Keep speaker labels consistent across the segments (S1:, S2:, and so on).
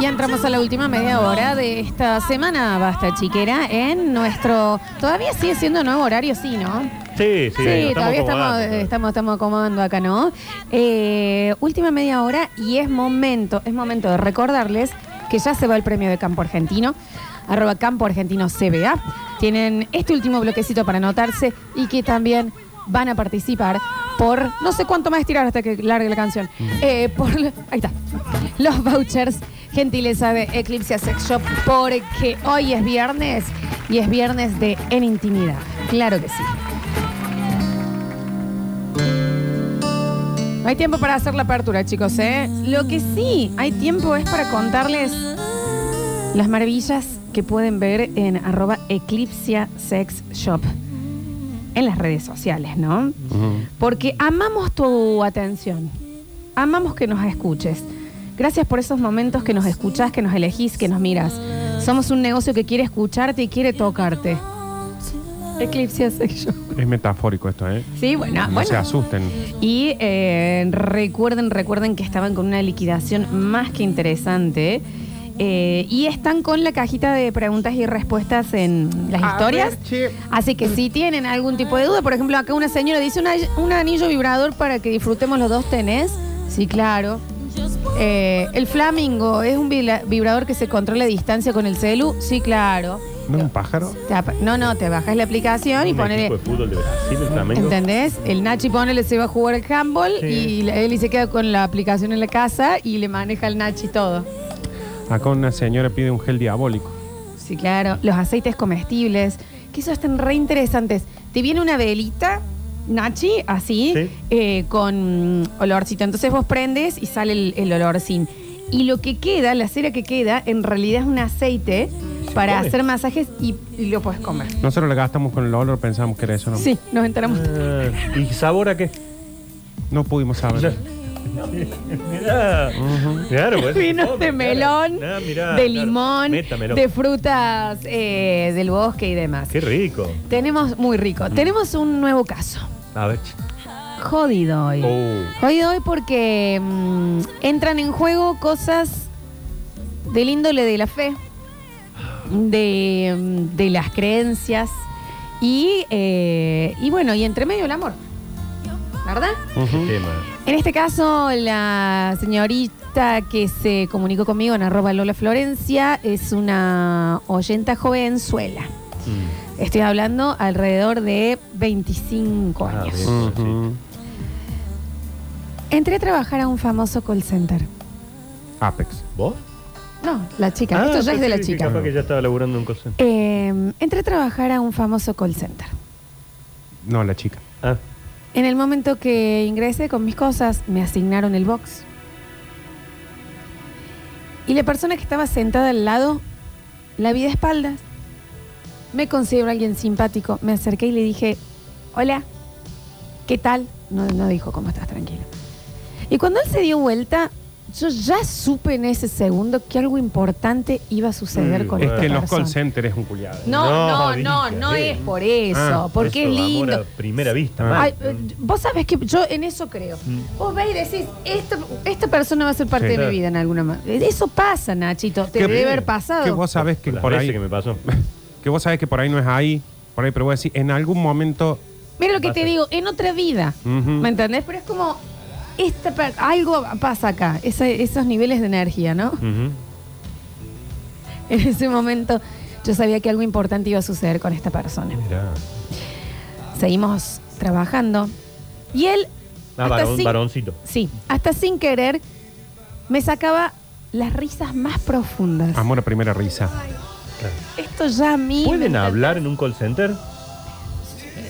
S1: Y entramos a la última media hora de esta semana, basta chiquera, en nuestro. Todavía sigue siendo nuevo horario, sí, ¿no?
S2: Sí, sí,
S1: Sí,
S2: lo estamos
S1: todavía estamos, eh,
S2: acomodando.
S1: estamos, estamos acomodando acá, ¿no? Eh, última media hora y es momento, es momento de recordarles que ya se va el premio de Campo Argentino, arroba Campo Argentino CBA. Tienen este último bloquecito para anotarse y que también van a participar por, no sé cuánto más tirar hasta que largue la canción,
S2: Mm.
S1: Eh, por, ahí está, los vouchers, gentileza de Eclipse Sex Shop, porque hoy es viernes y es viernes de En Intimidad, claro que sí. No hay tiempo para hacer la apertura, chicos, ¿eh? Lo que sí hay tiempo es para contarles las maravillas que pueden ver en arroba Eclipsia Sex Shop. En las redes sociales, ¿no?
S2: Ujú.
S1: Porque amamos tu atención. Amamos que nos escuches. Gracias por esos momentos que nos escuchás, que nos elegís, que nos miras. Somos un negocio que quiere escucharte y quiere tocarte. Eclipsia Sex Shop.
S2: Es metafórico esto, ¿eh?
S1: Sí, bueno,
S2: no
S1: Ah, bueno.
S2: se asusten.
S1: Y eh, recuerden, recuerden que estaban con una liquidación más que interesante. Eh, y están con la cajita de preguntas y respuestas en las historias. Así que si tienen algún tipo de duda, por ejemplo, acá una señora dice "Una- un anillo vibrador para que disfrutemos los dos tenés. Sí, claro. Eh, el flamingo es un vibra- vibrador que se controla a distancia con el celu. Sí, claro.
S2: ¿No es un pájaro?
S1: Te apa- No, no, te bajas la aplicación y
S3: Un
S1: ponele.
S3: equipo de fútbol de Brasil, el Flamengo.
S1: ¿Entendés? El Nachi ponele se va a jugar al handball
S2: Sí.
S1: y la- Eli se queda con la aplicación en la casa y le maneja al Nachi todo.
S2: Acá una señora pide un gel diabólico.
S1: Sí, claro. Los aceites comestibles, que esos están re interesantes. Te viene una velita, Nachi, así,
S3: Sí.
S1: eh, con olorcito. Entonces vos prendes y sale el, el olorcín. Y lo que queda, la cera que queda, en realidad es un aceite
S3: ¿Se
S1: para
S3: come?
S1: hacer masajes y, y lo puedes comer.
S2: Nosotros la gastamos con el olor, pensamos que era eso, ¿no?
S1: Sí, nos enteramos.
S3: Ah, ¿Y sabor a qué?
S2: No pudimos saber.
S3: Mirá. Claro, bueno,
S1: Vinos
S3: come,
S1: de
S3: Pues, claro.
S1: melón,
S3: Ah, mirá,
S1: de
S3: claro.
S1: limón,
S3: Metamelón.
S1: de frutas eh, del bosque y demás.
S3: Qué Mm. rico.
S1: Tenemos, muy rico, tenemos un nuevo caso.
S3: A ver. che.
S1: Jodido hoy.
S3: Oh.
S1: Jodido hoy porque mm, entran en juego cosas del índole de la fe, de, mm, de las creencias y, eh, y bueno, y entre medio el amor. ¿Verdad?
S3: Qué
S2: Ujú.
S3: tema.
S1: En este caso, la señorita que se comunicó conmigo en arroba Lola Florencia es una oyenta jovenzuela.
S3: Mm.
S1: Estoy hablando alrededor de 25
S3: Ah,
S1: años.
S3: bien.
S2: Ujú.
S1: Entré a trabajar a un famoso call center.
S2: Apex.
S3: ¿Vos?
S1: No, la chica.
S3: Ah,
S1: Esto ya es de la
S3: pensé que
S1: chica.
S3: Capaz que ya estaba laburando en cosas.
S1: Eh, entré a trabajar a un famoso call center.
S2: No, la chica.
S3: Ah,
S1: En el momento que ingresé con mis cosas, me asignaron el box. Y la persona que estaba sentada al lado, la vi de espaldas. Me considero alguien simpático. Me acerqué y le dije, hola, ¿qué tal? No, no dijo, ¿cómo estás? Tranquilo. Y cuando él se dio vuelta, yo ya supe en ese segundo que algo importante iba a suceder
S3: Mm,
S1: con
S2: Es
S1: esta
S2: que en los
S1: persona.
S2: call centers es un culiado.
S1: No, no, no, no,
S3: No,
S1: es
S3: digas, eh.
S1: por eso,
S2: Ah,
S1: porque
S3: eso,
S1: es
S3: amor
S1: lindo.
S3: a primera vista.
S2: Ah.
S3: man.
S1: Ay, eh, vos sabés que yo en eso creo.
S3: Mm.
S1: Vos veis y decís, esta, esta persona va a ser parte
S2: Sí,
S1: de
S3: claro.
S1: mi vida en alguna manera. Eso pasa, Nachito. Te
S2: ¿Qué-
S1: debe haber
S2: Que
S1: pasado.
S2: vos sabés que
S3: Las
S2: por
S3: veces
S2: ahí.
S3: que me pasó.
S2: Que vos sabés que por ahí no es ahí. Por ahí, pero voy a decir, en algún momento.
S1: Mira lo que
S3: pasa.
S1: te digo, en otra vida.
S2: Ujú.
S1: ¿Me entendés? Pero es como, esta per- algo pasa acá. ese- esos niveles de energía, ¿no?
S3: Ujú.
S1: En ese momento yo sabía que algo importante iba a suceder con esta persona.
S3: Mirá.
S1: Seguimos trabajando. Y él.
S3: Ah,
S1: hasta
S3: varón-
S1: sin-
S3: varoncito.
S1: Sí, hasta sin querer me sacaba las risas más profundas.
S2: Amor a primera risa.
S3: Claro.
S1: Esto ya a mí. me
S3: ¿Pueden
S1: encanta.
S3: hablar en un call center?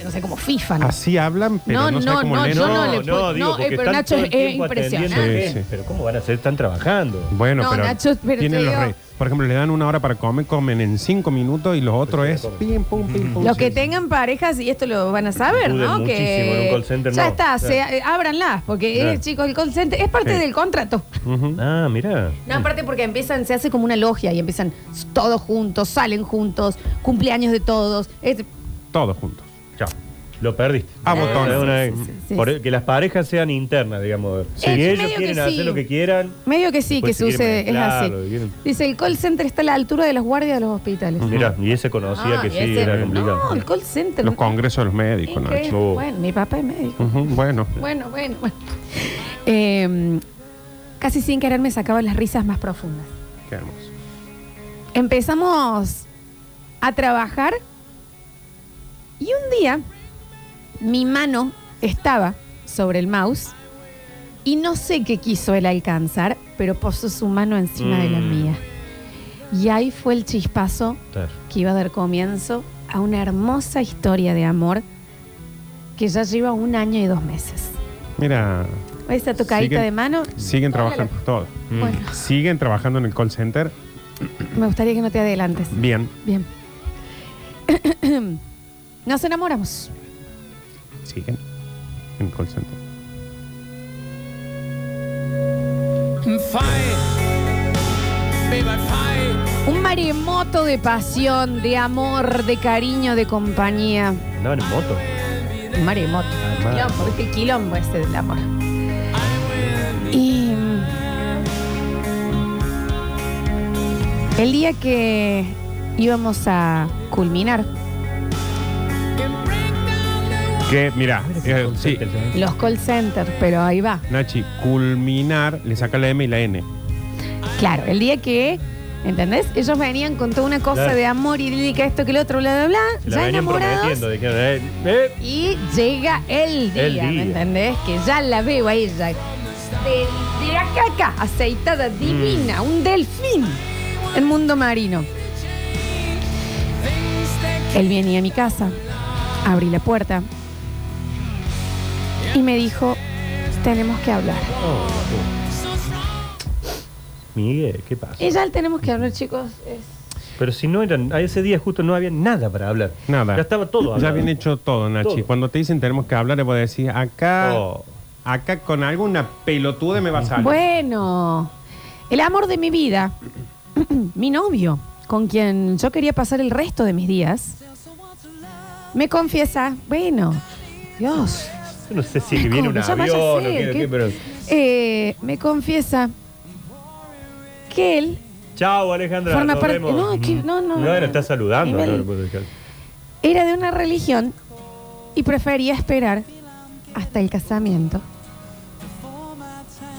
S1: No sé, como FIFA, ¿no?
S2: Así hablan, pero
S1: No,
S2: no,
S1: no,
S2: sé cómo
S1: no,
S2: leen.
S1: yo no le puedo- no, eh,
S3: porque
S1: pero
S3: están
S1: Nacho
S3: todo el
S1: es
S3: tiempo
S1: impresionante.
S3: atendiendo
S2: Sí,
S3: gente.
S2: sí.
S3: Pero ¿cómo van a ser? Están trabajando.
S2: Bueno,
S1: No,
S2: pero,
S1: Nacho, pero te
S2: tienen los
S1: digo-
S2: re- Por ejemplo, le dan una hora para comer, comen en cinco minutos y los otros es pim, pum, pim, pum.
S1: Los que
S2: Sí.
S1: tengan parejas, y esto lo van a saber,
S3: Duden
S1: ¿no?
S3: muchísimo
S1: Que
S3: en un call center,
S1: ya
S3: no.
S1: está,
S3: Claro.
S1: se, eh, ábranlas, porque, eh,
S3: Claro.
S1: chicos, el call center es parte
S2: Sí.
S1: del contrato.
S2: Ujú.
S3: Ah, mirá.
S1: No, aparte porque empiezan, se hace como una logia y empiezan todos juntos, salen juntos, cumpleaños de todos. Es-
S2: Todos juntos. Chao.
S3: Lo perdiste.
S2: Ah, botón.
S3: Es una-
S1: Sí, sí, sí,
S3: por-
S1: sí.
S3: que las parejas sean internas, digamos.
S1: Sí.
S3: Si
S1: Eh,
S3: ellos
S1: medio que
S3: quieren
S1: sí.
S3: hacer lo que quieran.
S1: Medio que sí,
S3: Pues
S1: que
S3: si quieren
S1: sucede, es
S3: mezclar,
S1: así.
S3: lo que quieren.
S1: Dice, el call center está a la altura de los guardias de los hospitales.
S3: Mira, y ese conocía
S1: Ah,
S3: que
S1: y
S3: sí,
S1: ese-
S3: era
S1: No,
S3: complicado.
S1: el call center.
S2: Los congresos de los médicos,
S1: Increíble.
S2: Nacho.
S3: Nacho.
S1: Bueno, mi papá es médico.
S2: Ujú, bueno.
S1: Bueno, bueno, bueno. Eh, casi sin querer me sacaba las risas más profundas.
S2: Qué hermoso.
S1: Empezamos a trabajar y un día mi mano estaba sobre el mouse y no sé qué quiso él alcanzar, pero puso su mano encima de la
S3: Mm.
S1: mía. Y ahí fue el chispazo
S3: Claro.
S1: que iba a dar comienzo a una hermosa historia de amor que ya lleva un año y dos meses.
S2: Mira,
S1: Esa tocadita
S2: Sigue.
S1: de mano.
S2: siguen trabajando todos.
S3: Mm.
S1: Bueno,
S2: Siguen trabajando en el call center.
S1: me gustaría que no te adelantes.
S2: Bien.
S1: Bien. Nos enamoramos.
S2: Siguen en el call center.
S1: Un maremoto de pasión, de amor, de cariño, de compañía.
S3: Andaban en moto.
S1: Un maremoto.
S3: Ah,
S1: Quilombo, ¿viste? el quilombo ese del amor. Y. mm, El día que íbamos a culminar
S2: Que, mira,
S3: Ah,
S2: eh,
S3: Call
S2: sí,
S3: center.
S1: los call centers, pero ahí va.
S2: Nachi, culminar, le saca la M y la N.
S1: Claro, el día que, ¿entendés? Ellos venían con toda una cosa
S3: Claro.
S1: de amor y lírica, esto que el otro, bla, bla,
S3: Se
S1: bla, ya
S3: la venían
S1: enamorados.
S3: prometiendo. dijeron, eh, eh,
S1: Y llega el día,
S3: El día.
S1: ¿me entendés? Que ya la veo a ella. De, de acá a acá, aceitada, divina,
S3: Mm.
S1: un delfín. El mundo marino. Él venía a mi casa, abrí la puerta y me dijo, tenemos que hablar.
S3: oh, oh. Miguel, ¿qué pasa?
S1: Y ya tenemos que hablar, chicos. Es-
S3: Pero si no eran, a ese día justo no había nada para hablar.
S2: Nada.
S3: Ya estaba todo
S2: Ya
S3: hablado.
S2: bien hecho todo, Nachi.
S3: Todo.
S2: Cuando te dicen tenemos que hablar, le voy a decir acá,
S3: Oh.
S2: acá con alguna pelotude me vas a salir.
S1: Bueno, el amor de mi vida, mi novio, con quien yo quería pasar el resto de mis días, me confiesa, bueno, Dios,
S3: Yo no sé si viene un
S1: ¿cómo? Ya vaya a
S3: avión o
S1: ser,
S3: qué,
S1: ¿qué?
S3: qué, pero...
S1: eh, me confiesa que él
S3: Chao, Alejandra.
S1: Forma
S3: nos
S1: parte-
S3: vemos.
S1: no, que- no, no,
S3: No,
S1: no.
S3: era, está saludando.
S1: Nivel-
S3: no lo puedo dejar.
S1: era de una religión y prefería esperar hasta el casamiento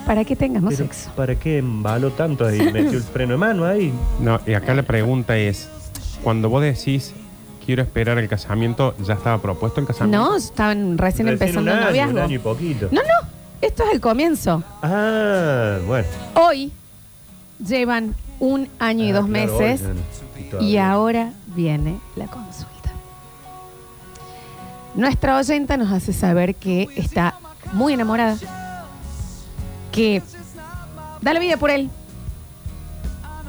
S1: para que tengamos
S3: Pero,
S1: sexo.
S3: ¿Para qué embaló tanto ahí? Metió el freno de mano ahí.
S2: No, y acá la pregunta es, cuando vos decís quiero esperar el casamiento, ¿ya estaba propuesto el casamiento?
S1: No, estaban recién,
S3: Recién
S1: empezando el
S3: un año,
S1: noviazgo.
S3: un año y poquito.
S1: No, no, esto es el comienzo.
S3: Ah, bueno.
S1: Hoy llevan un año y
S3: Ah,
S1: dos
S3: claro,
S1: meses
S3: hoy, no, no.
S1: y
S3: todavía.
S1: ahora viene la consulta. Nuestra oyenta nos hace saber que está muy enamorada, que da la vida por él,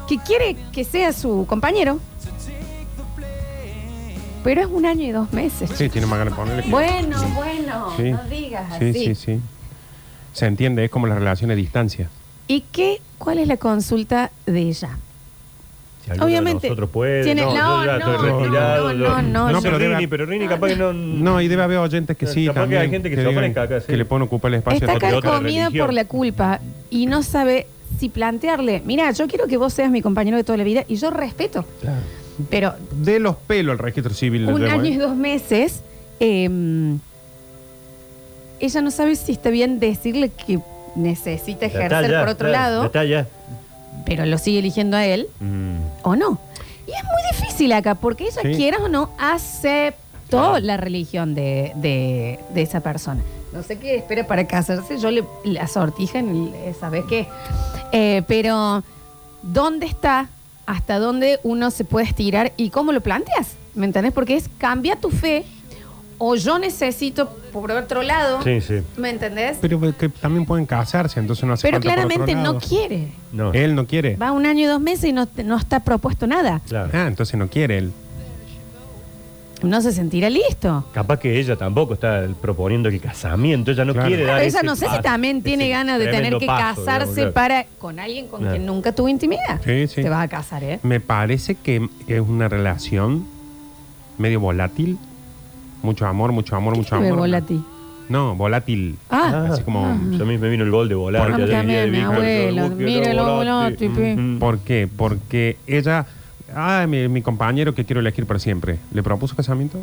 S1: que quiere que sea su compañero, pero es un año y dos meses.
S2: Sí, tiene más ganas de ponerle. que-
S1: Bueno, bueno,
S2: Sí.
S1: no digas
S2: Sí,
S1: así.
S2: sí, sí. Se entiende, es como las relaciones a distancia.
S1: ¿Y qué, cuál es la consulta de ella?
S3: Si alguno de
S1: Obviamente.
S3: nosotros puede.
S1: Tiene-
S3: no,
S1: no,
S3: yo ya
S1: no,
S3: estoy retirado.
S1: no, no,
S3: yo-
S1: no,
S2: no.
S3: pero
S2: Pero
S3: Rini,
S2: debe-
S3: pero Rini capaz que no.
S2: No, y debe haber oyentes que sí
S3: Capaz que
S2: también.
S3: hay gente que se
S2: digan-
S3: ofrezca acá, sí.
S2: que le pueden ocupar el espacio.
S1: Está
S2: a
S3: otra
S2: otro.
S1: carcomida
S3: religión.
S1: por la culpa y no sabe si plantearle, mira, yo quiero que vos seas mi compañero de toda la vida y yo respeto, pero
S2: De los pelos al registro civil. le
S1: un
S2: llevo,
S1: año
S2: ¿eh?
S1: y dos meses, eh, ella no sabe si está bien decirle que necesita
S3: Ya
S1: ejercer
S3: está, ya,
S1: por otro
S3: claro, ya
S1: lado,
S3: Está ya.
S1: pero lo sigue eligiendo a él
S3: Mm.
S1: o no. Y es muy difícil acá, porque ella,
S2: Sí.
S1: quieras o no, aceptó la religión de, de- de esa persona. No sé qué espera para casarse, yo le la sortija en el- eh, ¿sabes qué? Eh, pero, ¿dónde está? ¿Hasta dónde uno se puede estirar? ¿Y cómo lo planteas? ¿Me entendés? Porque es cambia tu fe o yo necesito por otro lado.
S3: Sí, sí.
S1: ¿Me entendés? Pero,
S2: Pero que también pueden casarse, entonces no hace falta por otro
S1: claramente no
S2: lado.
S1: quiere.
S3: No.
S2: Él no quiere.
S1: Va un año y dos meses y no, no está propuesto nada.
S3: Claro.
S2: Ah, entonces no quiere él.
S1: No se sentirá listo.
S3: Capaz que ella tampoco está proponiendo el casamiento, ella no
S2: Claro.
S3: quiere
S1: Claro,
S3: dar
S1: ella
S3: ese
S1: no sé si
S3: paso,
S1: también
S3: ese
S1: tiene ganas de tener
S3: tremendo
S1: que
S3: paso,
S1: casarse
S3: digamos, claro.
S1: para con alguien con
S3: Claro.
S1: quien nunca tuvo intimidad.
S2: Sí, sí.
S1: Te vas a casar, ¿eh?
S2: Me parece que es una relación medio volátil, Mucho amor, mucho amor, mucho
S1: Me
S2: amor.
S1: volatí.
S2: No, volátil.
S1: Ah,
S2: Así como-
S3: Yo a mí me vino el gol de volar. ya
S2: Ah,
S1: también,
S3: diría de
S1: mi
S3: Víctor,
S1: abuelo,
S3: Bosque,
S1: mira el
S3: volante.
S1: volante, pi.
S3: Mm, mm.
S2: ¿Por qué? Porque ella, ah, mi, mi compañero que quiero elegir para siempre, ¿le propuso casamiento?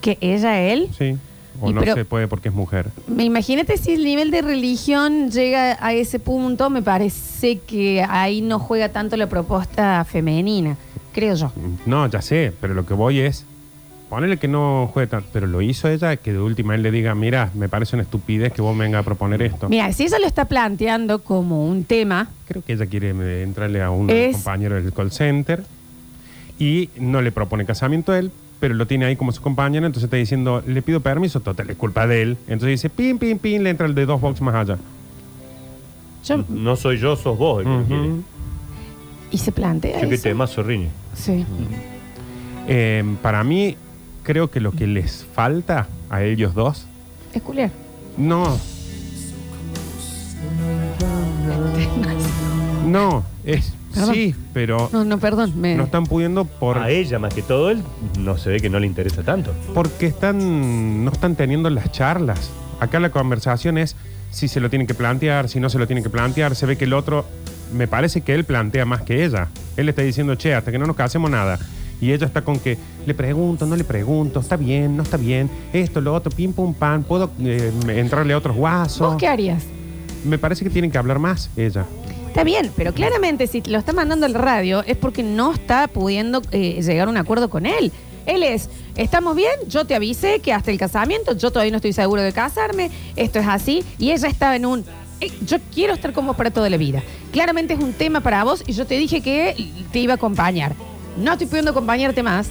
S1: que ella, él.
S2: Sí. O
S1: Y
S2: no
S1: pero-
S2: se puede porque es mujer.
S1: Me imagínate si el nivel de religión llega a ese punto, me parece que ahí no juega tanto la propuesta femenina, creo yo.
S2: No, ya sé, pero lo que voy es, ponele que no juegue tanto, pero lo hizo ella, que de última él le diga, mira, me parece una estupidez que vos me vengas a proponer esto.
S1: Mira, si ella lo está planteando como un tema,
S2: Creo que ella quiere eh, entrarle a un
S1: Es-
S2: compañero del call center y no le propone casamiento a él, pero lo tiene ahí como su compañero, entonces está diciendo, le pido permiso, total, es culpa de él. Entonces dice, pin, pin, pin, le entra el de dos box más allá.
S1: yo,
S3: No soy yo, sos vos. el que
S2: Ujú.
S3: quiere.
S1: y se plantea
S3: Che, qué
S1: eso.
S3: tema, Mm. Zorriño.
S1: Sí.
S2: Eh, para mí, creo que lo que les falta a ellos dos,
S1: Es culiar.
S2: no, no, es
S1: Perdón.
S2: sí, pero
S1: No, eh. no, perdón. Me...
S2: no están pudiendo por,
S3: A ella más que todo, él no se ve que no le interesa tanto.
S2: porque están, no están teniendo las charlas. Acá la conversación es si se lo tienen que plantear, si no se lo tienen que plantear. Se ve que el otro, me parece que él plantea más que ella. Él le está diciendo, che, hasta que no nos casemos nada. Y ella está con que le pregunto, no le pregunto, está bien, no está bien, esto, lo otro, pim, pum, pan, puedo eh, entrarle a otros
S1: ¿Vos
S2: guasos.
S1: qué harías?
S2: Me parece que tienen que hablar más ella.
S1: Está bien, pero claramente si lo está mandando al radio es porque no está pudiendo eh, llegar a un acuerdo con él. Él es, estamos bien, yo te avisé que hasta el casamiento, yo todavía no estoy seguro de casarme, esto es así, y ella estaba en un, "Eh, yo quiero estar con vos para toda la vida. Claramente es un tema para vos y yo te dije que te iba a acompañar. No estoy pudiendo acompañarte más,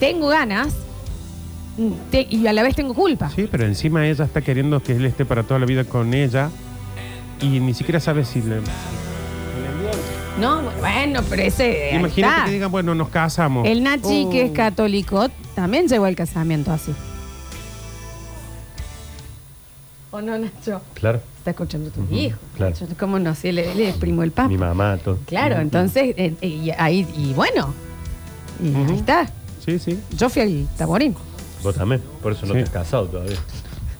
S1: tengo ganas mm, te- y a la vez tengo culpa.
S2: Sí, pero encima ella está queriendo que él esté para toda la vida con ella y ni siquiera sabe si le...
S1: No, bueno, pero ese... ahí
S2: Imagínate
S1: está.
S2: que digan, bueno, nos casamos.
S1: El Nachi,
S2: Oh.
S1: que es católico, también llegó al casamiento así. ¿O no, Nacho?
S3: Claro.
S1: Está escuchando tu
S3: Ujú,
S1: hijo.
S3: claro.
S1: Yo, ¿Cómo no? Si él, él es primo del Papa.
S3: Mi mamá, todo.
S1: Claro, entonces, eh, eh, y, ahí, y bueno, y
S2: Ujú.
S1: ahí está.
S2: Sí, sí.
S1: Yo fui al taborín.
S3: Vos también. Por eso no
S2: Sí.
S3: te has casado todavía.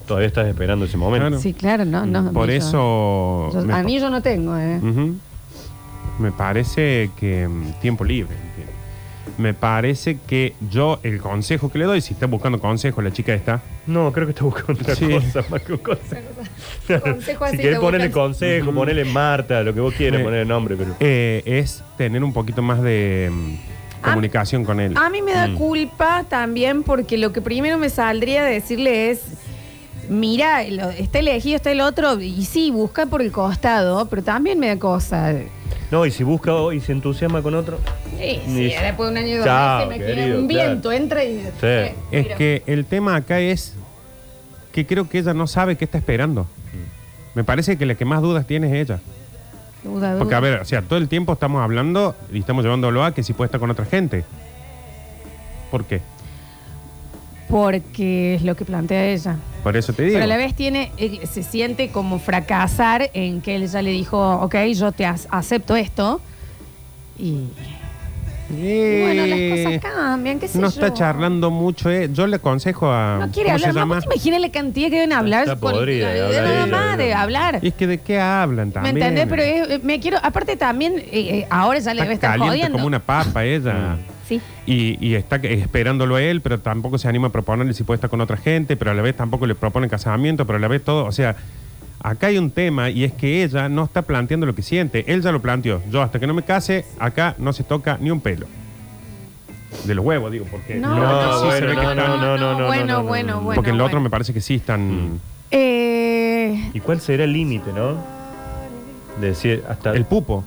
S3: Todavía estás esperando ese momento.
S2: Claro.
S1: Sí, claro, no, no.
S2: Por
S1: yo-
S2: eso...
S1: yo-
S2: me, pa-
S1: anillo no tengo, ¿eh?
S2: Ujú. Me parece que... mm, Tiempo libre. entiendo. Me parece que yo, el consejo que le doy, si está buscando consejo la chica está,
S3: No, creo que está buscando otra
S2: Sí.
S3: cosa más que un consejo.
S1: Consejo así
S3: si querés
S1: está
S3: ponerle
S1: buscando.
S3: consejo, ponerle Marta, lo que vos quieras,
S2: Mm. Sí.
S3: ponerle nombre, pero.
S2: eh, es tener un poquito más de mm,
S1: Ah,
S2: comunicación con él.
S1: A mí me da culpa también porque lo que primero me saldría de decirle es, mira, lo- está elegido, está el otro, y sí, busca por el costado, pero también me da cosa.
S3: No, y si busca o- y se entusiasma con otro.
S1: Sí,
S3: Ni-
S1: sí, después de un año y dos
S3: Chao,
S1: meses me queda
S3: querido,
S1: un
S3: claro.
S1: viento, entra y... Eh,
S2: Es
S1: mira.
S2: que el tema acá es que creo que ella no sabe qué está esperando. Me parece que la que más dudas tiene es ella.
S1: Duda, duda.
S2: Porque, a ver, o sea, todo el tiempo estamos hablando y estamos llevándolo a que si puede estar con otra gente. ¿Por qué?
S1: Porque es lo que plantea ella.
S2: Por eso te digo.
S1: Pero a la vez tiene, eh, se siente como fracasar en que él ya le dijo, ok, yo te ac- acepto esto. Y
S2: Eh,
S1: bueno, las cosas cambian, qué sé yo.
S2: No está charlando mucho. eh. Yo le aconsejo a.
S1: No quiere
S2: ¿cómo se
S1: hablar
S2: llama?
S1: más. Imagina la cantidad que deben hablar.
S3: Está podrida de
S1: de
S3: hablar
S1: nada
S3: ella,
S1: más de
S3: digamos.
S1: hablar.
S2: Y es que de qué hablan
S1: ¿Me
S2: también.
S1: entendés? Pero es- eh, me quiero. Aparte, también, eh, eh, ahora ya le debe
S2: está
S1: estar
S2: caliente
S1: jodiendo.
S2: como una papa ella.
S1: Sí.
S2: Y, y está que- esperándolo a él, pero tampoco se anima a proponerle si puede estar con otra gente, pero a la vez tampoco le proponen casamiento, pero a la vez todo. O sea, acá hay un tema y es que ella no está planteando lo que siente. Él ya lo planteó. Yo, hasta que no me case, acá no se toca ni un pelo. De los huevos, digo, porque.
S1: No,
S2: lo otro
S1: no,
S2: sí se
S1: bueno,
S2: ve que
S1: no,
S2: están-
S1: no, no, bueno,
S3: no, no, no.
S1: bueno, bueno.
S2: Porque en lo otro me parece que sí están.
S1: Eh,
S3: ¿Y cuál será el límite, no? De decir, hasta.
S2: El pupo.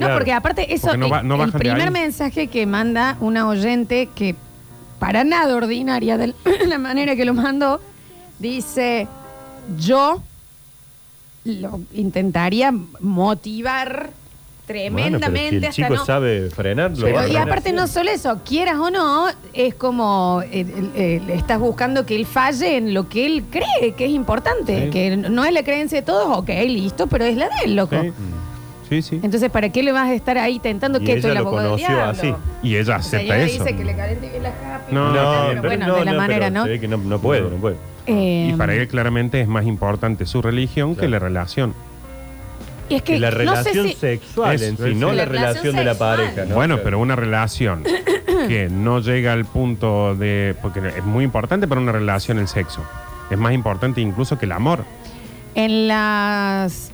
S1: No,
S3: Claro.
S1: porque aparte, eso.
S2: Porque no
S1: eh,
S2: ba- no
S1: el
S2: bajan de
S1: primer
S2: ahí.
S1: mensaje que manda una oyente que, para nada ordinaria de la manera que lo mandó, dice: Yo lo intentaría motivar
S3: Bueno, pero
S1: tremendamente
S3: si el
S1: hasta
S3: chico
S1: no.
S3: sabe frenarlo.
S2: Pero
S3: va a
S1: y
S3: frenar.
S1: aparte no solo eso, quieras o no, es como eh, eh, eh, estás buscando que él falle en lo que él cree que es importante,
S2: Sí.
S1: que no es la creencia de todos, ok, listo, pero es la de él, loco.
S2: Sí. Sí, sí.
S1: Entonces, ¿para qué le vas a estar ahí tentando
S3: Y
S1: que
S3: ella
S1: esto es el
S3: lo
S1: abogado del
S3: conoció
S1: diablo?
S3: así.
S2: Y ella
S1: La
S2: acepta
S1: señora
S2: eso.
S1: dice que le caliente bien la capa.
S2: No,
S1: pero
S2: pero
S1: bueno, de la manera,
S3: pero
S1: ¿no?
S3: se ve que no, no puedo, no puedo.
S1: Eh,
S2: Y para él claramente es más importante su religión que
S3: Claro.
S2: la relación.
S1: y es
S3: Y
S1: que
S3: la
S1: no
S3: relación
S1: sé si...
S3: sexual
S2: Eso,
S3: en sí,
S2: eso.
S3: no
S2: La
S3: la relación
S4: relación
S3: de la
S4: sexual.
S3: pareja. ¿no?
S2: Bueno,
S3: Claro.
S2: pero una relación que no llega al punto de... Porque es muy importante para una relación el sexo. Es más importante incluso que el amor.
S1: En las.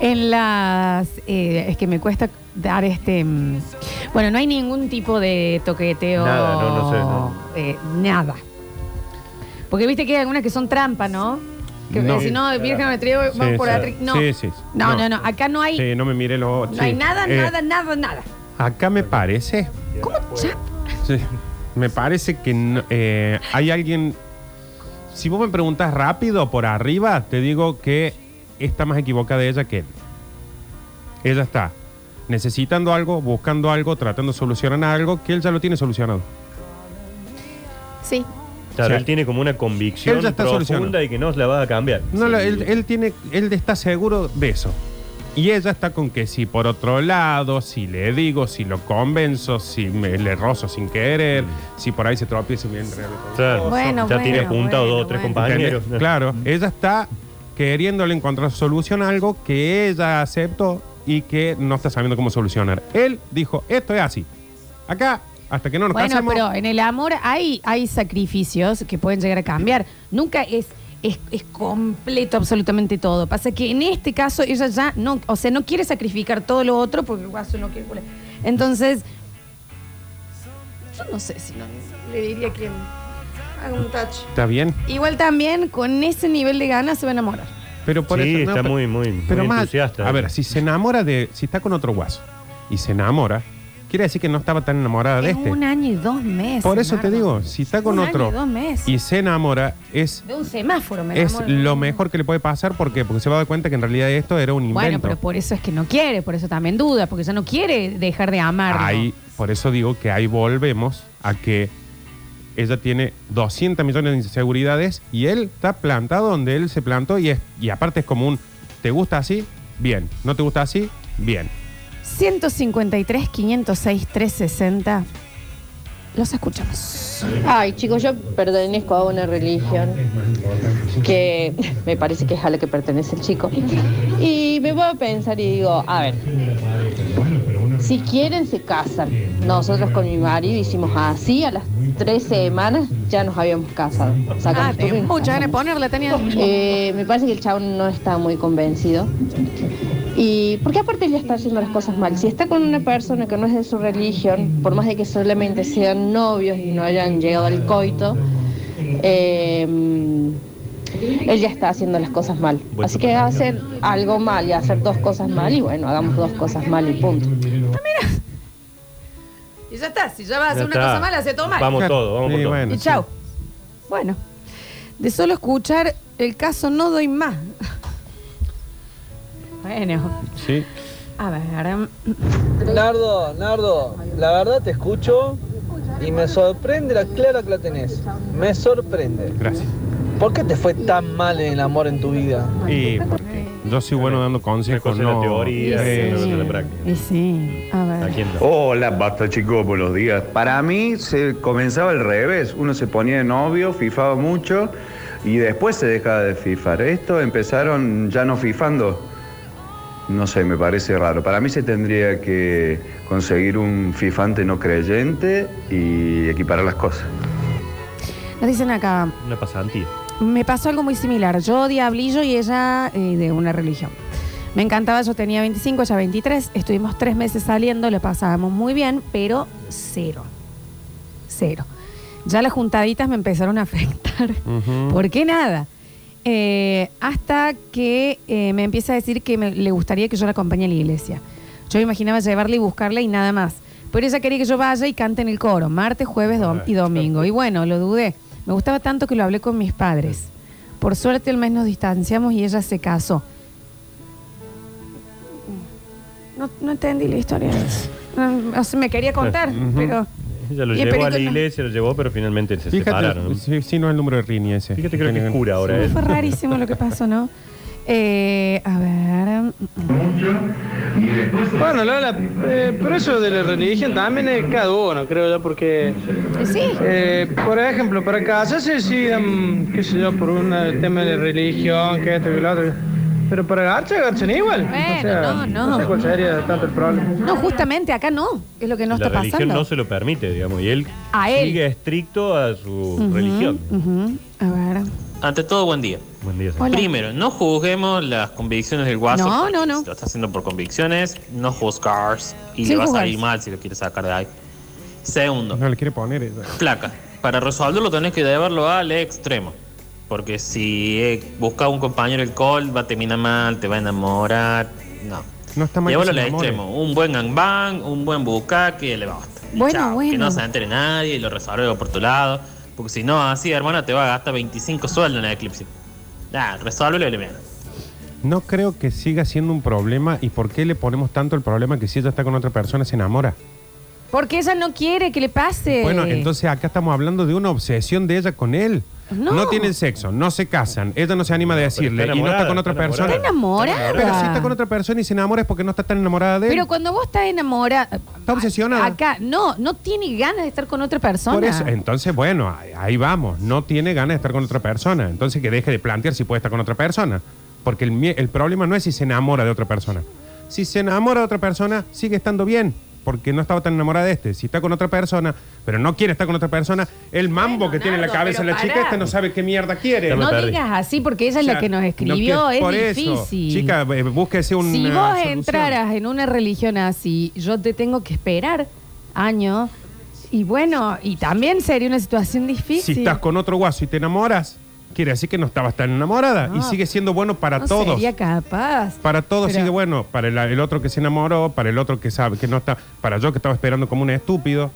S1: en las. eh, es que me cuesta dar este. mm, Bueno, no hay ningún tipo de toqueteo.
S3: Nada, no, no sé, no.
S1: eh, nada. Porque viste que hay algunas que son trampa, ¿no? Que
S2: No.
S1: si no, Virgen me atrevo, vamos
S2: Sí,
S1: por
S2: sí.
S1: atrás. No.
S2: Sí, sí.
S1: no, no,
S2: No.
S1: no, Acá no hay.
S2: Sí, no me mire los ojos.
S1: No
S2: sí.
S1: hay nada,
S2: Eh,
S1: nada, nada, nada.
S2: Acá me parece...
S1: ¿Cómo ya?
S2: Sí. Me parece que no- eh, hay alguien. Si vos me preguntas rápido por arriba, te digo que está más equivocada ella que él. Ella está necesitando algo, buscando algo, tratando de solucionar algo que él ya lo tiene solucionado.
S1: Sí.
S3: Claro,
S2: O sea,
S3: él tiene como una convicción
S2: él ya está solucionado.
S3: profunda y que no la vas a cambiar.
S2: No,
S3: Sí.
S2: lo- él, él tiene, él está seguro de eso. Y ella está con que si por otro lado, si le digo, si lo convenzo, si me, le rozo sin querer, si por ahí se tropieza y me enreda con-
S3: Mm. Claro,
S1: Bueno,
S3: ya
S1: bueno,
S3: tiene apuntado
S1: bueno,
S3: dos o tres
S1: bueno.
S3: compañeros. Mm.
S2: ¿Entendés? Claro, ella está queriéndole encontrar solución a algo que ella aceptó y que no está sabiendo cómo solucionar. Él dijo, esto es así. Acá, hasta que no nos
S1: Bueno,
S2: casemos,
S1: pero en el amor hay, hay sacrificios que pueden llegar a cambiar. Nunca es, es, es completo absolutamente todo. Pasa que en este caso ella ya no, o sea, no quiere sacrificar todo lo otro porque el guaso no quiere. culiar. Entonces, yo no sé si no le diría que haga un touch.
S2: está bien.
S1: Igual también con ese nivel de ganas se va a enamorar.
S2: Pero por
S3: Sí,
S2: eso, no,
S3: está
S2: pero-
S3: muy, muy,
S2: pero
S3: muy
S2: más-
S3: entusiasta.
S2: A ver, si se enamora de. Si está con otro guaso y se enamora, quiere decir que no estaba tan enamorada de
S1: Es
S2: este.
S1: un año y dos meses.
S2: Por eso te
S1: Nardo.
S2: digo, si está con
S1: un
S2: otro
S1: Año y dos meses.
S2: y se enamora, es.
S1: De un semáforo, me
S2: Es
S1: enamoro.
S2: lo mejor que le puede pasar porque, porque se va a dar cuenta que en realidad esto era un invento.
S1: Bueno, pero por eso es que no quiere, por eso también duda, porque ella no quiere dejar de amar.
S2: Ahí, por eso digo que ahí volvemos a que ella tiene 200 millones de inseguridades y él está plantado donde él se plantó y, es, y aparte es como un, ¿te gusta así? Bien. ¿No te gusta así? Bien.
S1: 153, 506, 360. Los escuchamos.
S5: Ay, chicos, yo pertenezco a una religión que me parece que es a la que pertenece el chico. Y me voy a pensar y digo, a ver, si quieren se casan. Nosotros con mi marido hicimos así, a las tres semanas ya nos habíamos casado.
S1: Ah,
S5: Sacamos
S1: tengo
S5: turno y nos
S1: muchas ganas de ponerla,
S5: casamos.
S1: tenía.
S5: Eh, me parece que el chabón no está muy convencido. Y porque aparte él ya está haciendo las cosas mal. Si está con una persona que no es de su religión, por más de que solamente sean novios y no hayan llegado al coito, eh, él ya está haciendo las cosas mal. Así que hacer algo mal y hacer dos cosas mal y bueno, hagamos dos cosas mal y punto.
S1: Y ya está, si ya va a hacer
S3: Ya
S1: una
S3: está.
S1: cosa mala, se toma.
S3: Vamos
S2: Claro.
S3: todos, vamos
S2: Sí,
S3: por todo.
S2: bueno.
S1: Y chao. Bueno, de solo escuchar el caso no doy más. Bueno,
S2: Sí.
S1: a ver.
S6: Nardo, Nardo, la verdad te escucho y me sorprende la clara que la tenés. Me sorprende.
S2: Gracias.
S6: ¿Por qué te fue tan mal en el amor en tu vida?
S2: Y porque yo soy bueno dando
S3: Una
S2: consejos,
S3: cosa es la
S2: no...
S3: teoría eh,
S2: Sí.
S3: y otra cosa es la
S1: Y
S3: práctica.
S1: sí, a ver.
S3: ¿A quién
S2: Oh.
S3: no?
S7: Hola, basta chicos, buenos días. Para mí se comenzaba al revés, uno se ponía de novio, fifaba mucho y después se dejaba de fifar. Esto empezaron ya no fifando. No sé, me parece raro. Para mí se tendría que conseguir un fifante no creyente y equiparar las cosas.
S1: Nos dicen acá,
S3: Una pasantía.
S1: Me pasó algo muy similar. Yo diablillo y ella eh, de una religión. Me encantaba, yo tenía 25, ella 23. Estuvimos tres meses saliendo, lo pasábamos muy bien, pero cero. Cero. Ya las juntaditas me empezaron a afectar.
S2: Ujú.
S1: ¿Por qué nada? Eh, hasta que eh, me empieza a decir que me- le gustaría que yo la acompañe a la iglesia. Yo me imaginaba llevarla y buscarla y nada más. Pero ella quería que yo vaya y cante en el coro, martes, jueves dom- y domingo. Y bueno, lo dudé. Me gustaba tanto que lo hablé con mis padres. Por suerte al mes nos distanciamos y ella se casó. No, no entendí la historia. No, o sea, me quería contar, pero...
S3: Ella lo
S1: Y
S3: llevó a
S1: Perico
S3: la
S1: no-
S3: iglesia, lo llevó, pero finalmente se
S2: Fíjate,
S3: separaron.
S2: sí, sí, no es el número de Rini ese.
S3: Fíjate, creo que es cura ahora. ¿eh?
S1: Sí,
S3: él.
S1: Fue rarísimo lo que pasó, ¿no? Eh, a ver. mm.
S4: Bueno, Lola, eh, pero eso de la religión también es cada uno, creo yo, porque,
S1: Sí.
S4: eh, por ejemplo, para casarse sí, mm, qué sé yo, por un eh, tema de religión, que esto, que lo otro. Pero para garcha, garchan igual.
S1: Bueno, no, no.
S4: sé cuál sería tanto el problema.
S1: No, justamente acá no. Es lo que no
S3: la
S1: está
S3: religión
S1: pasando.
S3: no se lo permite, digamos, y él,
S1: A él.
S3: sigue estricto a su
S1: Ujú,
S3: religión.
S1: ujú. A ver.
S8: Ante todo, buen día.
S3: Buen día, señor.
S1: Hola.
S8: Primero, no juzguemos las convicciones del guaso.
S1: No,
S8: porque
S1: no, no.
S8: si Lo está haciendo por convicciones, no juzgars. Y
S1: Sin
S8: le va a
S1: juzgar.
S8: salir mal si lo quieres sacar de ahí. Segundo,
S2: No le quiere poner eh, ella.
S8: placa. Para resolverlo tenés que llevarlo al extremo. Porque si eh, buscas un compañero alcohol, va a terminar mal, te va a enamorar. No.
S2: No está mal. que
S8: Llévalo
S2: se
S8: al
S2: enamore.
S8: extremo. Un buen gangbang, un buen bucaque, le basta. Y
S1: Bueno, bueno.
S8: Que no se entere nadie y lo resuelve por tu lado. Porque si no, así, hermano, te va a gastar 25 sueldos en el eclipse. Ah, resuélvelo y le mira.
S2: No creo que siga siendo un problema. ¿Y por qué le ponemos tanto el problema que si ella está con otra persona se enamora?
S1: Porque ella no quiere que le pase.
S2: Bueno, entonces acá estamos hablando de una obsesión de ella con él.
S1: No.
S2: No, tienen sexo, no se casan, ella no se anima a decirle
S3: está
S2: y no está
S3: enamorada,
S2: con otra
S3: está enamorada.
S2: persona.
S1: Está enamorada.
S2: Pero si está con otra persona y se enamora es porque no está tan enamorada de él.
S1: Pero cuando vos estás enamorada.
S2: Está obsesionada.
S1: Acá, no, no tiene ganas de estar con otra persona.
S2: Por eso, entonces, bueno, ahí- ahí vamos. No tiene ganas de estar con otra persona. Entonces que deje de plantear si puede estar con otra persona. Porque el, mie- el problema no es si se enamora de otra persona. Si se enamora de otra persona, sigue estando bien. Porque no estaba tan enamorada de este. Si está con otra persona, pero no quiere estar con otra persona, el mambo
S1: Bueno,
S2: que tiene en la
S1: Nardo,
S2: cabeza
S1: pero
S2: la chica,
S1: pará.
S2: esta no sabe qué mierda quiere.
S3: me
S1: no
S3: perdí.
S1: digas así porque ella es
S2: O sea,
S1: la que nos
S2: no
S1: escribió,
S2: que-
S1: es
S2: por eso.
S1: difícil.
S2: Chica, eh, búsquese un.
S1: si vos entraras en una religión así, yo te tengo que esperar años. Y bueno, y también sería una situación
S2: Si
S1: difícil.
S2: estás con otro guaso y te enamoras, quiere decir que no estabas tan enamorada.
S1: No.
S2: y sigue siendo bueno para
S1: Ah. no
S2: todos.
S1: Sería capaz.
S2: Para todos
S1: Pero-
S2: sigue bueno. Para el, el otro que se enamoró, para el otro que sabe que no está. Para yo que estaba esperando como un estúpido.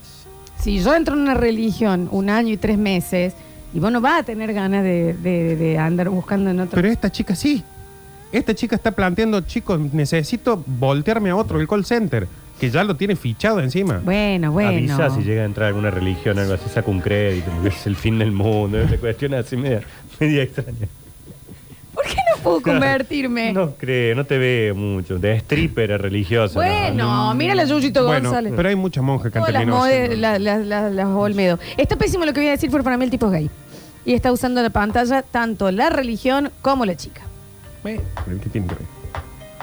S1: Si yo entro en una religión un año y tres meses, y vos no vas a tener ganas de, de- de andar buscando en otro.
S2: Pero esta chica sí. Esta chica está planteando, chicos, necesito voltearme a otro, el call center, que ya lo tiene fichado encima.
S1: bueno, bueno.
S3: Avisa si llega a entrar alguna religión, algo así, saca un crédito, porque es el fin del mundo, esa cuestión así media, media extraña.
S1: ¿Por qué no puedo convertirme?
S3: No creo, no te veo mucho. De stripper a religiosa.
S1: Bueno, mira la Yuyito
S2: bueno,
S1: González.
S2: pero hay muchas monjas que han
S1: Todas las,
S2: terminado.
S1: mode-
S2: siendo-
S1: la- la- la- las Olmedo. Está pésimo lo que voy a decir, pero para mí el tipo es gay. Y está usando la pantalla tanto la religión como la chica.
S2: Bueno, ¿qué tiene que ver?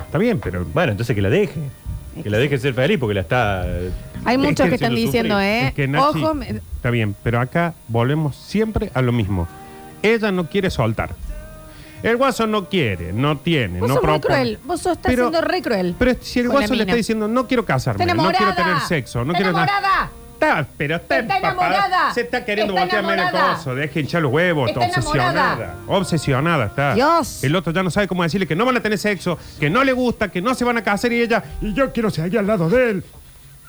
S2: Está bien, pero.
S3: Bueno, entonces que la deje. Que la deje ser feliz porque la está.
S1: Hay
S3: es
S1: muchos que están diciendo,
S3: haciendo sufrir.
S1: ¿eh?
S2: Es que Nachi-
S1: Ojo, me-
S2: Está bien, pero acá volvemos siempre a lo mismo. Ella no quiere soltar. El guaso no quiere, no tiene,
S1: vos
S2: Eh, no
S1: sos muy
S2: propone.
S1: cruel. Vos sos, estás
S2: Pero-
S1: siendo re cruel.
S2: Pero si el
S1: Con la
S2: guaso le
S1: mina.
S2: está diciendo, no quiero casarme,
S1: ¡Está
S2: no
S1: enamorada!
S2: quiero tener sexo, no
S1: ¡Está
S2: quiero nada".
S1: enamorada!
S2: Está, pero está,
S1: ¡Está
S2: empapada.
S1: enamorada!
S2: Se está queriendo
S1: ¡Está
S2: voltearme el
S1: enamorada!
S2: coso, deje hinchar los huevos,
S1: ¡Está
S2: está obsesionada.
S1: enamorada!
S2: Obsesionada está.
S1: Dios.
S2: El otro ya no sabe cómo decirle que no van a tener sexo, que no le gusta, que no se van a casar y ella, y yo quiero seguir al lado de él.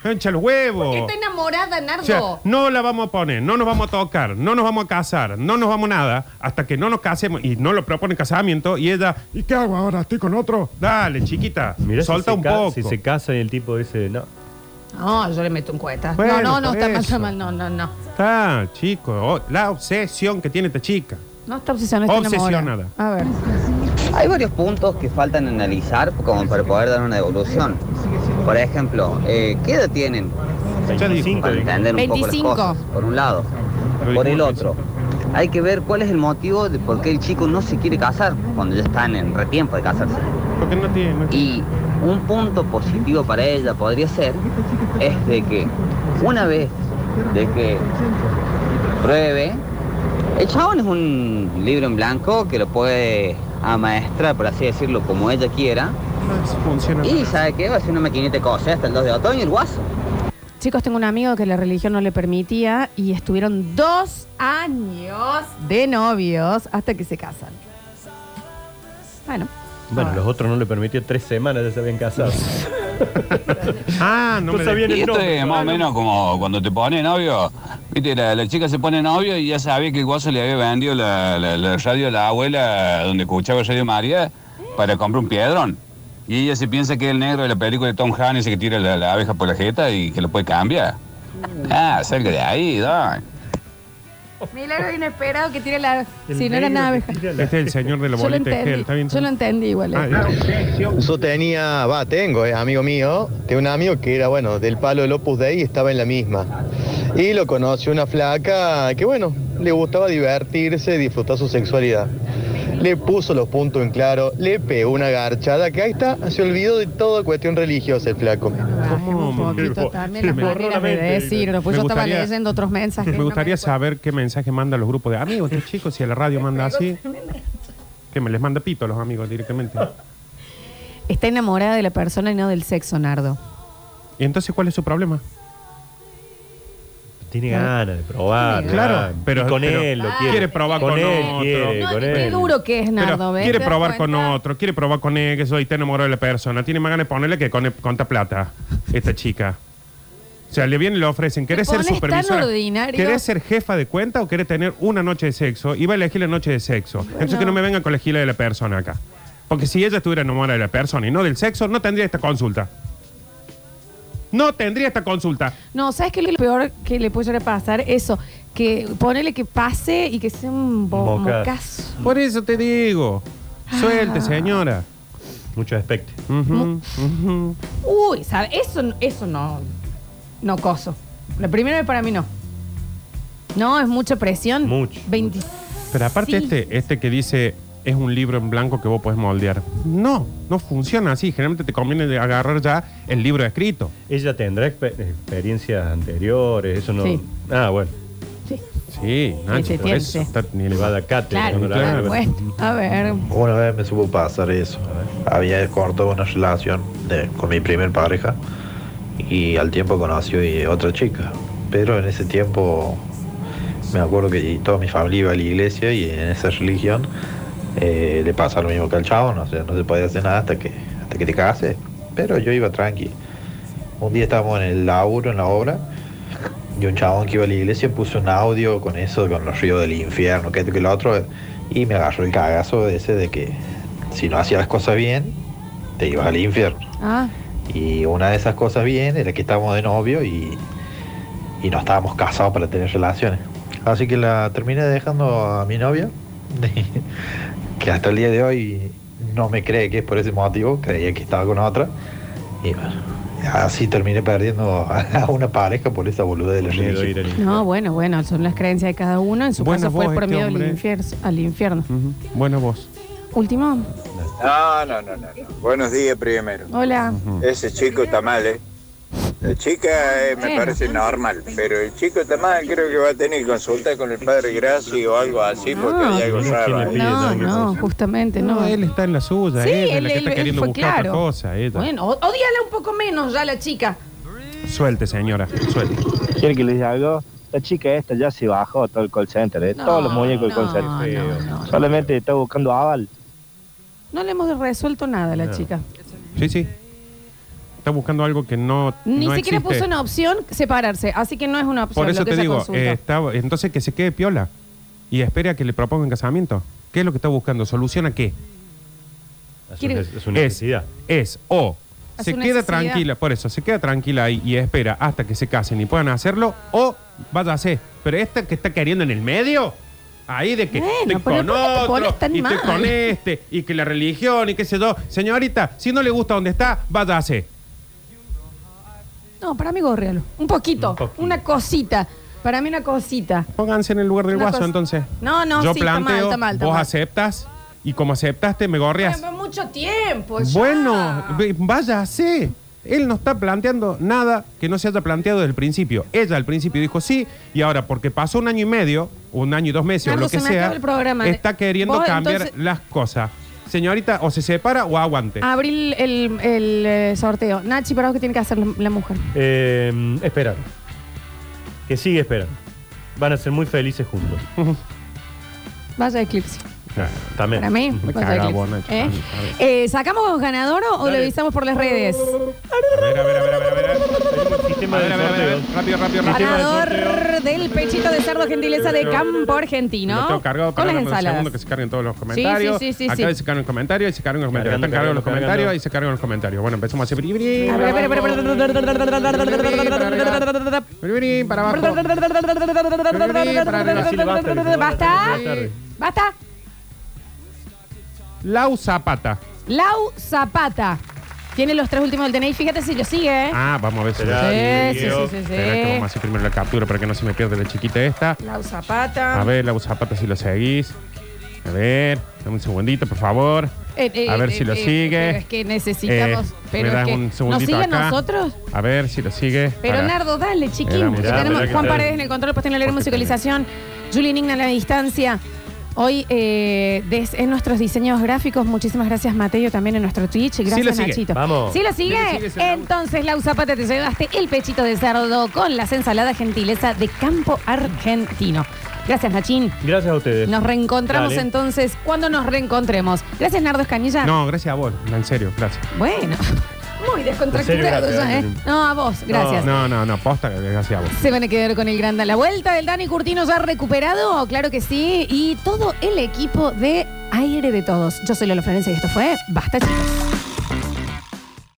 S2: Hincha los huevos.
S1: Está enamorada, Nardo.
S2: O sea, no la vamos a poner, no nos vamos a tocar, no nos vamos a casar, no nos vamos a nada, hasta que no nos casemos y no lo proponen casamiento y ella, ¿y qué hago ahora? ¿Estoy con otro? Dale, chiquita,
S3: Mirá si
S2: solta
S3: se
S2: un
S3: ca-
S2: poco.
S3: Si se casa y el tipo dice, no.
S1: No, yo le meto un cueta.
S2: Bueno,
S1: no, no, no,
S2: por
S1: está mal, está
S2: eso.
S1: mal. No, no, no.
S2: Está, chico, oh, la obsesión que tiene esta chica.
S1: No está obsesionada, está
S2: Obsesionada.
S1: enamorada. A ver.
S9: Hay varios puntos que faltan analizar como para poder dar una devolución. Por ejemplo, eh, ¿qué edad tienen?
S2: Ya dijo.
S3: 25,
S9: Para
S3: dijo.
S9: entender un poco
S1: 25.
S9: las cosas, por un lado. Por el otro, hay que ver cuál es el motivo de por qué el chico no se quiere casar cuando ya están en retiempo de casarse.
S2: Porque no tiene. no tiene-
S9: Y un punto positivo para ella podría ser es de que una vez de que pruebe, el chabón es un libro en blanco que lo puede ah, amaestrar, por así decirlo, como ella quiera.
S2: no funciona.
S9: Y sabe qué, va a ser una maquinita de coser hasta el 2 de otoño y el guaso.
S1: Chicos, tengo un amigo que la religión no le permitía y estuvieron dos años de novios hasta que se casan. Bueno.
S3: Bueno,
S1: a ver.
S3: los otros no le permitió tres semanas, ya se habían casado.
S2: Ah, no me
S3: Entonces viene
S10: Y
S3: el
S10: esto
S3: nombre,
S10: es más o
S3: claro.
S10: menos como cuando te pone novio. Viste, la, la chica se pone novio y ya sabía que el guaso le había vendido la, la- la radio a la abuela donde escuchaba Radio María para comprar un piedrón. Y ella se piensa que es el negro de la película de Tom Hanks ese que tira la, la abeja por la jeta y que lo puede cambiar. Ah, salga de ahí, don.
S1: Milagro inesperado que tira la.
S2: El
S1: si no era
S2: negro
S1: nada
S2: que
S1: abeja.
S2: tira la- Este es el señor de la
S1: Yo lo
S2: bolita de gel,
S1: entendí.
S2: ¿está bien?
S1: Yo lo entendí igual.
S2: Ah,
S1: eh.
S11: Yo tenía, va, tengo, eh, amigo mío, tengo un amigo que era, bueno, del palo del Opus Dei y estaba en la misma. Y lo conoció una flaca que, bueno, le gustaba divertirse, disfrutar su sexualidad. Le puso los puntos en claro, le pegó una garchada que ahí está, se olvidó de toda cuestión religiosa el flaco.
S1: Un poquito también las
S2: Me borró
S1: barreras
S2: la
S1: de
S2: mente.
S1: decirlo. Pues
S2: Me
S1: yo estaba
S2: gustaría-
S1: leyendo otros mensajes.
S2: Me gustaría saber qué mensaje manda los grupos de amigos, estos chicos, si a la radio manda así. Que me les manda pito a los amigos directamente.
S1: Está enamorada de la persona y no del sexo, Nardo.
S2: ¿Y entonces cuál es su problema?
S3: Tiene ganas de probar.
S1: Tiene Ah.
S2: Claro,
S3: ¿verdad?
S2: pero-
S3: Y con
S2: pero-
S3: él lo quiere.
S2: Quiere probar con
S3: él,
S2: otro.
S3: quiere,
S2: No,
S3: con
S2: qué
S1: Qué
S3: él.
S1: duro que es,
S2: Pero
S1: Nardo. ¿ves?
S2: quiere
S1: ¿Te das
S2: probar con
S1: cuenta?
S2: otro, quiere probar con él, que soy está enamorado de la persona. Tiene más ganas de ponerle que con, conta plata, esta chica. O sea, le vienen y le ofrecen, ¿querés
S1: Te
S2: ser
S1: pones tan
S2: supervisora?
S1: ordinario.
S2: ¿Querés ser jefa de cuenta o querés tener una noche de sexo? Y va a elegir la noche de sexo. Entonces que no me vengan con la gila de la persona acá. Porque si ella estuviera enamorada de la persona y no del sexo, no tendría esta consulta. No tendría esta consulta.
S1: No, ¿sabes qué es lo peor que le puede llegar a pasar? Eso, que ponele que pase y que sea un bo-
S3: Mocazo.
S1: mocazo.
S2: Por eso te digo,
S1: Ah.
S2: suelte, señora.
S3: Mucho aspecto.
S2: Ujú, ujú.
S1: Uy, ¿sabes? Eso, eso no, no coso. La primera vez para mí no. No, es mucha presión.
S3: Mucho.
S1: 20
S2: Pero aparte
S1: Sí.
S2: este, este que dice es un libro en blanco que vos podés moldear. No, no funciona así. Generalmente te conviene de agarrar ya el libro escrito.
S3: Ella tendrá exper- experiencias anteriores, eso no.
S1: Sí.
S3: Ah, bueno,
S1: Sí,
S2: Sí, Nacho,
S1: Este
S2: por
S1: tiene,
S2: eso
S1: sí.
S2: está ni
S3: le va a dar cátedra
S1: claro.
S2: este,
S3: cuando la
S1: claro,
S3: haga.
S1: bueno. A ver.
S12: Una vez me supo pasar eso. ¿eh? Había cortado una relación de- con mi primer pareja y al tiempo conoció y- otra chica. Pero en ese tiempo me acuerdo que toda mi familia iba a la iglesia y en esa religión eh, le pasa lo mismo que al chavo, no, sé, no se podía hacer nada hasta que, hasta que te cases. Pero yo iba tranqui. Un día estábamos en el laburo, en la obra, y un chabón que iba a la iglesia puso un audio con eso, con los ríos del infierno, que esto que lo otro, y me agarró el cagazo ese de que si no hacías las cosas bien, te ibas al infierno.
S1: Ah,
S12: Y una de esas cosas bien era que estábamos de novio y, y no estábamos casados para tener relaciones. Así que la terminé dejando a mi novia, que hasta el día de hoy no me cree que es por ese motivo, creía que estaba con otra. Y bueno, así terminé perdiendo a una pareja por esa boluda de la
S3: Miedo
S12: religión.
S3: ir al infierno.
S1: no, bueno, bueno, son las creencias de cada uno. En su
S2: Buena
S1: caso fue
S2: voz
S1: por
S2: este
S1: miedo al,
S2: hombre.
S1: infierno, al infierno.
S2: Ujú. Buena voz.
S1: Último.
S13: No, Ah, no, no, no. no. Buenos días primero.
S1: Hola.
S13: Ese chico está mal, ¿eh? La chica eh, me
S1: Bueno.
S13: parece normal, pero el chico está mal, creo que va a tener consulta con el padre Graci o algo así, porque
S1: Ah.
S13: hay algo raro. ahí.
S1: No, no, justamente, no.
S2: No, él está en la suya,
S1: Sí,
S2: ella es
S1: él-
S2: la que
S1: él-
S2: está
S1: él
S2: queriendo
S1: fue
S2: buscar
S1: claro.
S2: otra cosa. ella.
S1: Bueno, o- odiala un poco menos ya la chica.
S2: Suelte, señora, suelte.
S14: ¿Quieren que les diga algo? La chica esta ya se bajó todo el call center, ¿eh?
S1: No,
S14: todos los muñecos del
S1: no,
S14: call center.
S1: no, no, no.
S14: Solamente está buscando aval.
S1: No le hemos resuelto nada a la
S2: No.
S1: chica.
S2: Sí, sí. Está buscando algo que no.
S1: Ni
S2: no
S1: siquiera
S2: existe.
S1: puso una opción separarse, así que no es una opción.
S2: Por eso
S1: lo que
S2: te
S1: ella
S2: digo,
S1: consulta.
S2: eh, está- entonces que se quede piola y espere a que le propongan casamiento. ¿Qué es lo que está buscando? ¿Solución a qué?
S3: Es
S1: Quiere-
S3: una- Es una necesidad.
S2: es o
S1: A
S2: se
S1: su
S2: queda
S1: necesidad.
S2: tranquila, por eso, se queda tranquila ahí y espera hasta que se casen y puedan hacerlo, o vaya a hacer. Pero esta que está queriendo en el medio, ahí de que
S1: Bueno,
S2: estoy
S1: pero
S2: con
S1: ¿por qué te
S2: otro,
S1: pones tan
S2: y estoy
S1: mal?
S2: con este, y que la religión, y qué sé yo. Señorita, si no le gusta donde está, vaya a hacer.
S1: No, para mí gorrealo. Un poquito,
S2: Un poquito.
S1: una cosita. Para mí una cosita.
S2: Pónganse en el lugar del
S1: Una
S2: guaso,
S1: cosa-
S2: entonces.
S1: No, no,
S2: Yo
S1: sí, está mal,
S2: planteo,
S1: está mal, está
S2: vos
S1: mal.
S2: aceptas, y como aceptaste, me gorreas.
S1: Bueno, mucho tiempo. Pues ya.
S2: Bueno, ve- vaya, sí. Él no está planteando nada que no se haya planteado desde el principio. Ella al principio dijo sí, y ahora porque pasó un año y medio, un año y dos meses
S1: Nardo,
S2: o lo que
S1: se me acaba
S2: sea,
S1: el programa.
S2: está queriendo
S1: Vos,
S2: cambiar
S1: entonces-
S2: las cosas. Señorita, o se separa o aguante.
S1: Abrí el, el- el, eh, sorteo. Nachi, para vos que tiene que hacer la, la mujer.
S3: Eh, esperar. Que sigue esperando. Van a ser muy felices juntos.
S1: Vaya Eclipse.
S13: Ah.
S3: También.
S1: Para mí,
S2: Me
S1: vaya
S2: caga
S1: Eclipse.
S2: vos, Nacho.
S1: ¿Eh? Eh, ¿Sacamos ganador o, o lo avisamos por las redes?
S2: A ver, a ver, a ver, a ver, a ver.
S3: Sistema de sorteo.
S2: Rápido, rápido, rápido.
S1: Ganador del pechito de cerdo gentileza de campo argentino.
S2: Lo tengo
S1: con
S2: cargado para
S1: las
S2: un
S1: ensaladas.
S2: segundo que se carguen todos los comentarios.
S1: sí, sí,
S2: Acá
S1: sí.
S2: se cargan los comentarios y se cargan los comentarios.
S3: Cargando,
S2: Están cargados los
S3: cargando,
S2: comentarios y se cargan los comentarios. Bueno, empezamos a hacer. bri, bri,
S1: A ver,
S2: para
S1: espera,
S2: abajo,
S1: espera, espera,
S2: bri, bri, para abajo.
S1: espera. Basta. Basta.
S2: Lau Zapata.
S1: Lau Zapata. Tiene los tres últimos del DNI. Fíjate si lo sigue. ¿eh?
S2: Ah, vamos a ver si
S1: Sí, sí, sí, sí, sí.
S2: Espera que vamos a hacer primero la captura para que no se me pierda la chiquita esta.
S1: Lau Zapata.
S2: A ver, Lau Zapata, si lo seguís. A ver, dame un segundito, por favor.
S1: Eh, eh,
S2: a ver
S1: eh,
S2: si lo
S1: eh,
S2: sigue.
S1: Pero es que necesitamos.
S2: Eh,
S1: pero
S2: me
S1: es
S2: das
S1: que
S2: un
S1: ¿Nos
S2: segundito
S1: sigue a
S2: acá.
S1: nosotros?
S2: A ver si lo sigue.
S1: Pero
S2: Pará.
S1: Nardo, dale,
S2: Mirá,
S1: chiquín.
S2: mirá,
S1: tenemos
S2: mirá
S1: Juan
S2: que
S1: Paredes
S2: tal.
S1: en el control, pues en la leer musicalización. Julie Nigna en la distancia. Hoy eh, des- en nuestros diseños gráficos, muchísimas gracias Mateo también en nuestro Twitch. Gracias
S3: Sí lo sigue.
S1: Nachito.
S3: Vamos.
S1: ¿Sí lo sigue?
S3: Sí lo sigue, se
S1: Entonces, Lau Zapata, te llevaste el pechito de cerdo con las ensaladas gentileza de campo argentino. Gracias, Nachín.
S3: Gracias a ustedes.
S1: Nos reencontramos
S2: Dale.
S1: entonces cuando nos reencontremos. Gracias, Nardo Escanilla.
S2: No, gracias a vos. No, En serio, gracias.
S1: Bueno, muy
S2: En
S1: descontracturado
S2: serio,
S1: ya, ¿eh?
S2: gracias.
S1: No, a vos, gracias.
S2: No, no, no, posta, gracias a vos.
S1: Se van a quedar con el grande a la vuelta del Dani Curtino ya recuperado, claro que sí, y todo el equipo de Aire de Todos. Yo soy Lola Florencia y esto fue Basta Chicos.